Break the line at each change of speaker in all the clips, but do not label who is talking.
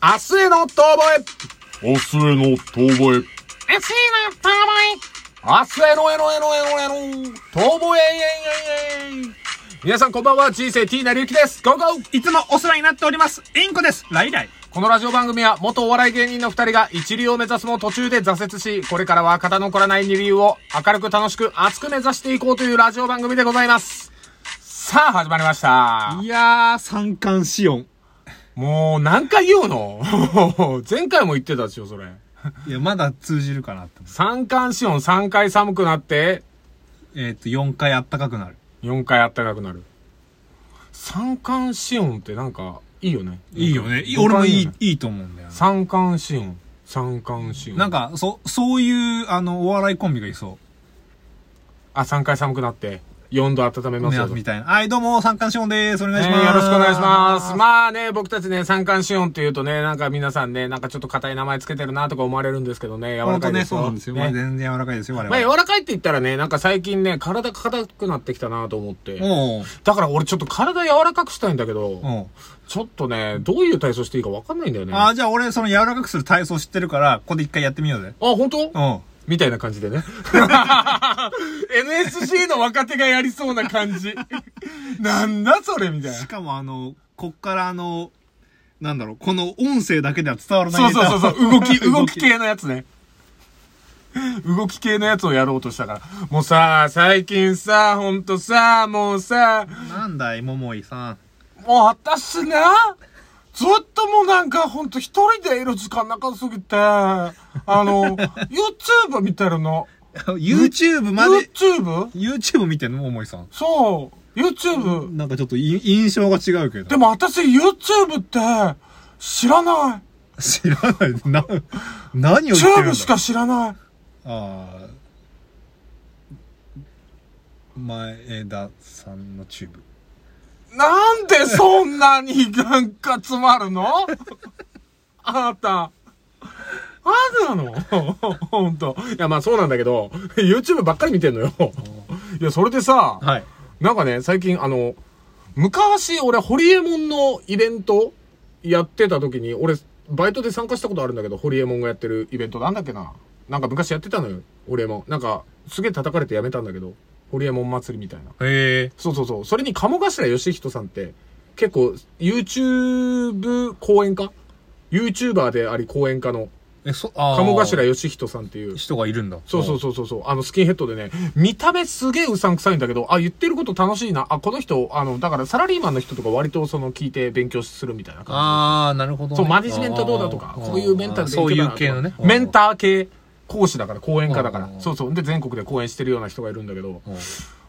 日への遠吠え
明日への遠吠え。
明日への遠吠え明日へのえのえのえのえの遠吠えイェイイェイイェイ皆さんこんばんは、人生 T なりゆきです。ゴーゴー
いつもお世話になっております。インコです。ライライ。
このラジオ番組は元お笑い芸人の二人が一流を目指すも途中で挫折し、これからは肩の凝らない二流を明るく楽しく熱く目指していこうというラジオ番組でございます。さあ、始まりました。
いやー、三冠四音。
もう何回言うの 前回も言ってたでしょ、それ。
いや、まだ通じるかなって思う。
三寒四温3回寒くなって、
えっ、と、四回あったかくなる。
4回暖かくなる。三寒四温ってなんか、いいよね。
いいよね。いい俺もいい
ね、
いいと思うんだよ、ね。
三寒四温。三寒四温。
なん、か、そ、そういう、あの、お笑いコンビがいそ
あ、3回寒くなって、4度温め
う。
ますよ
ね
と。
みたいな。はい、どうも、三冠四音でーす。お願いします、
ねよろしくお願いします。まあね、僕たちね、三寒四温っていうとね、なんか皆さんね、なんかちょっと硬い名前つけてるなとか思われるんですけどね、柔らか
本当
いで
ね、
す
そう
よ。
なんですよ。まあ、全然柔らかいですよ、我
まあ柔
々。
らかいって言ったらね、なんか最近ね、体硬くなってきたなと思って。
おう
だから俺ちょっと体柔らかくしたいんだけど、
おう
ちょっとね、どういう体操していいかわかんないんだよね。
ああ、じゃあ俺、その柔らかくする体操知ってるから、ここで一回やってみようぜ。
あ、本当
うん。
みたいな感じ でね。NSC の若手がやりそうな感 じ。なんだそれみたい
し
な。
かもあの、こっからあの、なんだろう、この音声だけでは伝わらない
そうそうそうそう、動き、動
動
き
き
系のやつね。動き系のやつをやろうとしたから。もうさ、最近さ、ほんとさ、もうさ、
なんだい、桃井さん。
もう私な、ずっともうなんかほんと一人でいる時間なかすぎて、あ の、YouTube 見てるの。
YouTube まで、
YouTube?
YouTube 見てんの桃井さん。
そう、YouTube。
なんかちょっとい印象が違うけど。
でも私 YouTube って知らない。
知らない。な、何を言ってるん
チュ
だろ
ー
う
ブしか知らない。
あー前田さんのチューブ。
なんでそんなになんか詰まるのあなた。あなたなの ほんと。いやまあそうなんだけど、YouTube ばっかり見てんのよ。いやそれでさ、
はい。
なんかね、最近あの、昔俺、ホリエモンのイベントやってた時に、俺、バイトで参加したことあるんだけど、ホリエモンがやってるイベント、なんだっけな。なんか昔やってたのよ、ホリエモン。なんか、すげえ叩かれてやめたんだけど、ホリエモン祭りみたいな。
へえ。
そうそうそう。それに鴨頭義人さんって、結構、YouTube 講演家 ?YouTuber であり講演家の、
え、そ、あー
鴨頭義人さんっていう。
人がいるんだ。
そうそうそうそうそう。あの、スキンヘッドでね、見た目すげえうさんくさいんだけど、あ、言ってること楽しいな。あ、この人、あの、だからサラリーマンの人とか割とその聞いて勉強するみたいな感
ああ、なるほ
じ。
ど、ね。
そう、マネジメントどうだとか、
あー
こういうメンタルで
そうい
けばな
う
とか
系のね。
メンター系講師だから、講演家だか
う
ら
んうんう。ん
そうそう。で、全国で講演してるような人がいるんだけど、
うん。うん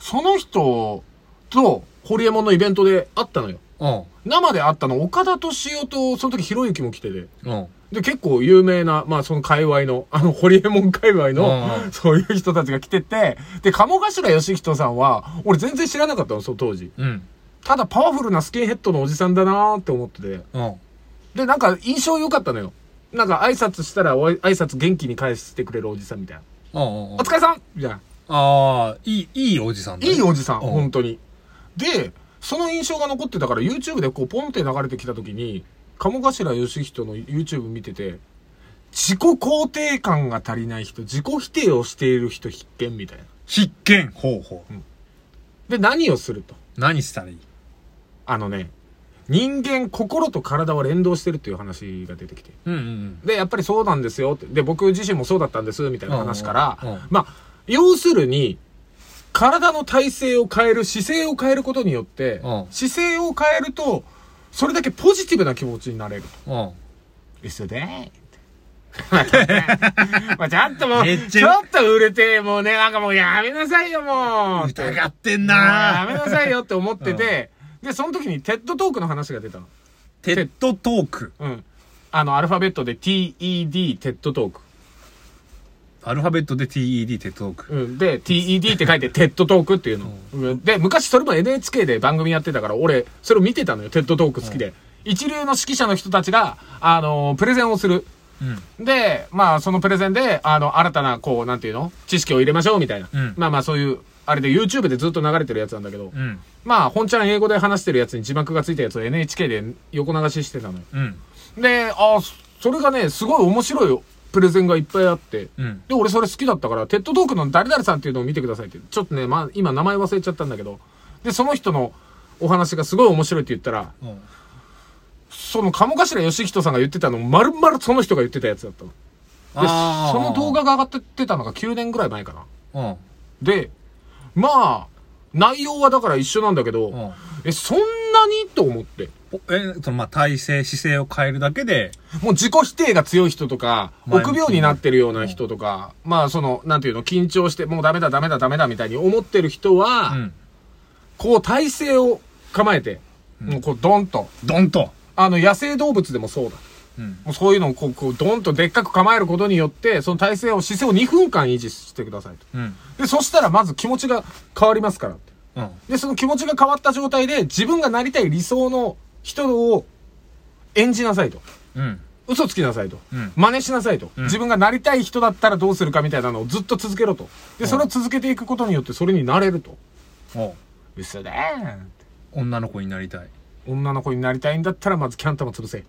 その人と、ホリエモンのイベントで会ったのよ。
うん。
生で会ったの、岡田敏夫と、その時、ひろゆきも来てて。
うん。
で、結構有名な、まあ、その界隈の、あの、ホリエモン界隈
う
の、
ん
そういう人たちが来てて、で、鴨頭義人さんは、俺全然知らなかったの、その当時。
うん。
ただ、パワフルなスキンヘッドのおじさんだなーって思ってて。
うん。
で、なんか、印象良かったのよ。なんか、挨拶したら、おい挨拶元気に返してくれるおじさんみたいな。
あ
お疲れさんみたいな。
あ、いい、いいおじさんだ、ね。
いいおじさん、
うん
本当に。で、その印象が残ってたから、YouTube でこう、ポンって流れてきたときに、鴨頭義人の YouTube 見てて、自己肯定感が足りない人、自己否定をしている人必見みたいな。
必見。ほうほう。
で、何をすると。
何したらいい
あのね、人間、心と体は連動してるっていう話が出てきて。
うんうん
で、やっぱりそうなんですよって。で、僕自身もそうだったんです、みたいな話から、
うんうんうん
まあ、要するに、体の体勢を変える、姿勢を変えることによって、
うん
姿勢を変えると、それだけポジティブな気持ちになれると。
うん。うん。
一緒で ーって。まあ、ちゃんとも
め
う、
っ
ち
ちゃ
ょっと売れて、もうね、なんかもうやめなさいよ、もう。
疑ってん
や
な
めなさいよって思ってて、で、その時にテッドトークの話が出たの。
テッドトーク。
うん。あの、アルファベットで TED テッドトーク。
アルファベットで TED テッドトーク。
うん、で、TED って書いて、テッドトークっていうの。うんで、昔それも NHK で番組やってたから、俺、それを見てたのよ、テッドトーク好きで。一流の指揮者の人たちが、あのープレゼンをする。
うん。
で、まあ、そのプレゼンで、あの、新たな、こう、なんていうの知識を入れましょう、みたいな。
うん
まあまあ、そういう、あれで YouTube でずっと流れてるやつなんだけど、
うん。
まあ、本ちゃん英語で話してるやつに字幕がついたやつを NHK で横流ししてたのよ。
うん。
で、あそそれがね、すごい面白いプレゼンがいっぱいあって、
うん
で、俺それ好きだったから、テッドトークの誰々さんっていうのを見てくださいって、ちょっとね、まあ、今名前忘れちゃったんだけど、で、その人のお話がすごい面白いって言ったら、
うん。
その鴨頭義人さんが言ってたの、まるまるその人が言ってたやつだったの。で、
あー
その動画が上がってってたのが9年ぐらい前かな。
うん。
で、まあ、内容はだから一緒なんだけど、
うん。
え、そんなにと思って。
おえ、その、まあ、体勢、姿勢を変えるだけで、
もう自己否定が強い人とか、
前向きに
臆病になってるような人とか、まあその、なんていうの、緊張して、もうダメだダメだダメだみたいに思ってる人は、
うん。
こう体勢を構えて、もうこうドンと。
ドンと。
あの、野生動物でもそうだ。
うん。
もうそういうのをこう、こうドンとでっかく構えることによって、その体勢を、姿勢を2分間維持してくださいと。
うん。
で、そしたらまず気持ちが変わりますからって。
うん。
で、その気持ちが変わった状態で、自分がなりたい理想の人を演じなさいと。
うん。
嘘つきなさいと。
うん
真似しなさいと、
ん
自分がなりたい人だったらどうするかみたいなのをずっと続けろと。で、それを続けていくことによってそれになれると。
おう
嘘だーんって
女の子になりた い。
女の子になりたいんだったらまずキャン玉潰せ。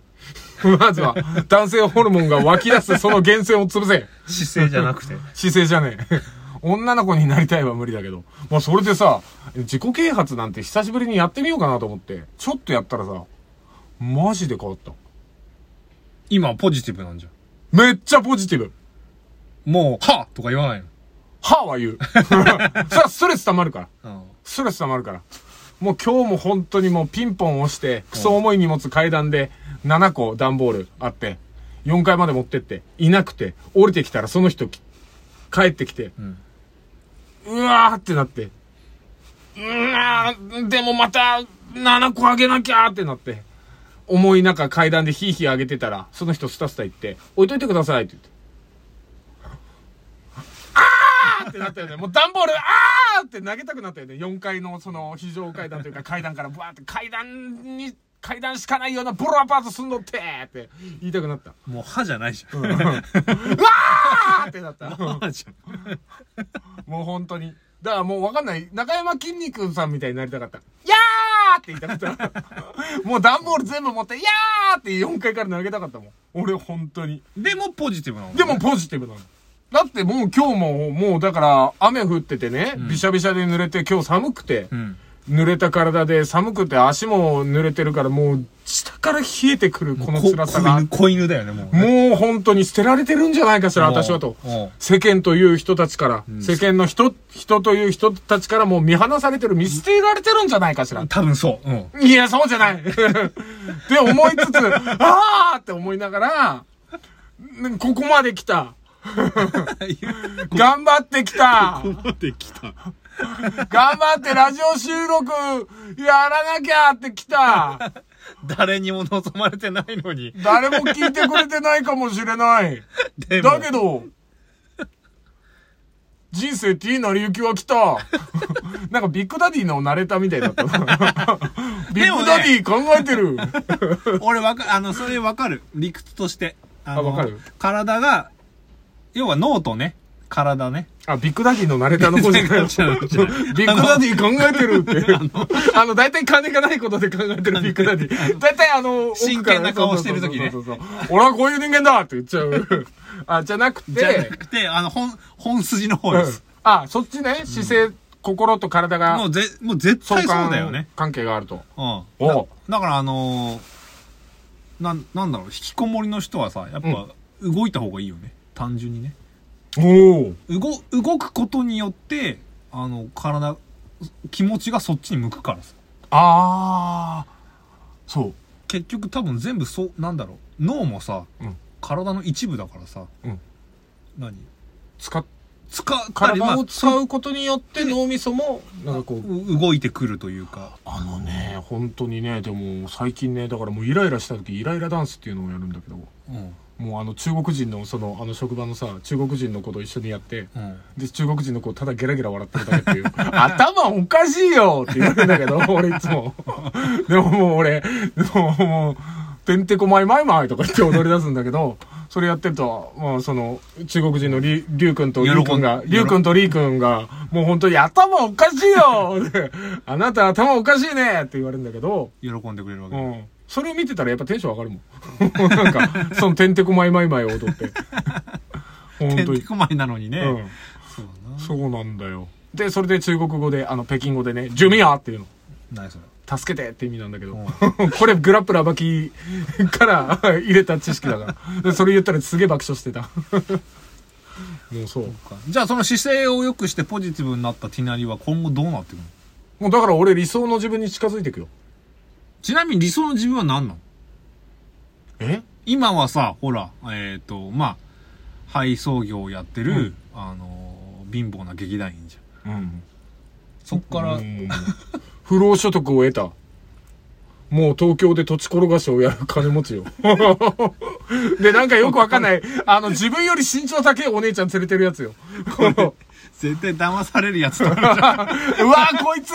まずは男性ホルモンが湧き出すその源泉を潰せ。
姿勢じゃなくて。
姿勢じゃねえ。 女の子になりたいは無理だけど。まあそれでさ、自己啓発なんて久しぶりにやってみようかなと思って、ちょっとやったらさ、マジで変わった。
今はポジティブなんじゃん。
めっちゃポジティブ。
もう、はっとか言わないの。
はぁは言う。 それはストレス溜まるか
う
ら。
ん。
ストレス溜まるから。もう今日も本当にもうピンポン押して、クソ重い荷物階段で7個段ボールあって、4階まで持ってって、いなくて、降りてきたらその人き帰ってきて、
ん
うわーってなって、うわー、でもまた7個あげなきゃーってなって、重い中階段でヒーヒーあげてたら、その人スタスタ行って、置いといてくださいって言って。ってなったよね。 もう段ボール、あーって投げたくなったよね。4階のその非常階段というか階段からブワーって階段に、階段しかないようなボロアパートすんのってって言いたくなった。
もう、はじゃないじゃん。
うわーってなった。
はじゃん。
もう本当に。だからもうわかんない。中山筋肉さんみたいになりたかった。やーって言いたかった。もう段ボール全部持って、やーって4階から投げたかったもん。俺本当に。
でも、ポジティブなの。
でも、ポジティブなの。だってもう今日も、もうだから雨降っててね、びしゃびしゃで濡れて今日寒くて
う、ん。
濡れた体で寒くて足も濡れてるからもう下から冷えてくるこの
こ
辛さが。
子犬、子犬だよね、もうね。
もう本当に捨てられてるんじゃないかしら、私はと
うん。
世間という人たちから、世間の人、人という人たちからもう見放されてる、見捨てられてるんじゃないかしら。
多分そう。うん。
いや、そうじゃない って思いつつ、あーって思いながら、んここまで来た。頑張ってきた。
まで来た。
頑張ってラジオ収録やらなきゃって来た。
誰にも望まれてないのに。
誰も聞いてくれてないかもしれない。
でも
だけど、人生 T なりゆきは来た。 なんかビッグダディのナレーターみたい だった。ビッグダディ考えてる。
俺わか、あの、それわかる。理屈として。あの
あわかる
体が、要は脳とね、体ね。
あ、ビッグダディのナレーターの 声じゃないビッグダディ考えてるって。あの、大体金がないことで考えてるビッグダディ。大体あの、
真剣な顔してる時ね
そうそうそうそう俺はこういう人間だって言っちゃ う。あ、じゃなくて。
じゃなくて、あの、本、本筋の方
う
で
ん
す。
あ、そっちね、姿勢、心と体が
もうぜ、もう絶
相
対
関
そうだよね。
関係があると。
うん。
お
だだからあのー、なん、なんだろう、引きこもりの人はさ、やっぱ、動いた方がいいよね。単純にね。
おお。
動、動くことによって、あの、体、気持ちがそっちに向くからさ。
ああ。そう。
結局多分全部そう、なんだろう、脳もさ、
うん
体の一部だからさ、
うん
何
使っ、
使ったり、
体を
そ
使うことによって脳みそも、なんかこう。
う動いてくるというか。
あのね、本当にね、でも最近ね、だからもうイライラした時、イライラダンスっていうのをやるんだけど、
うん。
もうあの中国人の、その、あの職場のさ、中国人の子と一緒にやって、
うん。
で、中国人の子ただゲラゲラ笑ってるだけっていう。 頭おかしいよって言われるんだけど、 俺いつも。でももう俺、もう、もう、てんてこまいまいまいとか言って踊り出すんだけど、それやってると、まあ、その、中国人のり、りゅうくんとりゅうくんが、
喜ん
りゅうくんとりーくんが、もう本当に頭おかしいよ であなた頭おかしいねって言われるんだけど、
喜んでくれるわけ
う
だ、
ん。それを見てたらやっぱテンション上がるもん。 なんか、そのてんてこまいまいまいを踊 って。本
てん
当
て
に。
こまいなのにね、
うん。
そうだな
そうなんだよ。で、それで中国語で、あの、北京語でね、ジュミアっていうの。
何それ
助けてって意味なんだけど。 これグラップラーバキから 入れた知識だから。でそれ言ったらすげえ爆笑してた。 もうそう。
そっか
じゃあその姿勢を良くしてポジティブになったティナリは今後どうなっていくの
もうだから俺理想の自分に近づいていくよ。
ちなみに理想の自分は何なの
え
今はさほらえっ、とまあ配送業をやってる、
うん
あのー貧乏な劇団員じゃん
うん。
そっから、
うん不労所得を得た。もう東京で土地転がしをやる金持ちよ。 で、なんかよくわかんない。あの、自分より身長高いお姉ちゃん連れてるやつよ。この
絶対騙されるやつだな
うわーこいつ、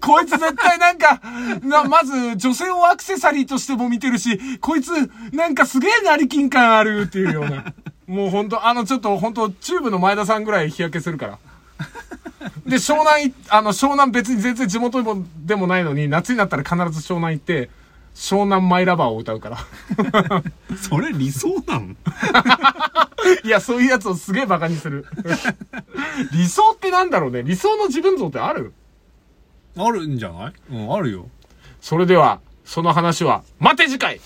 こいつ絶対なんか、な、まず女性をアクセサリーとしても見てるし、こいつ、なんかすげえ成金感あるっていうような。もうほんと、あのちょっとほんと、チューブの前田さんぐらい日焼けするから。で、湘南い、あの、湘南別に全然地元でもでもないのに、夏になったら必ず湘南行って、湘南マイラバーを歌うから。
それ理想なの
いや、そういうやつをすげえバカにする。理想ってなんだろうね理想の自分像ってある
あるんじゃないうんあるよ
それでは、その話は、待て次回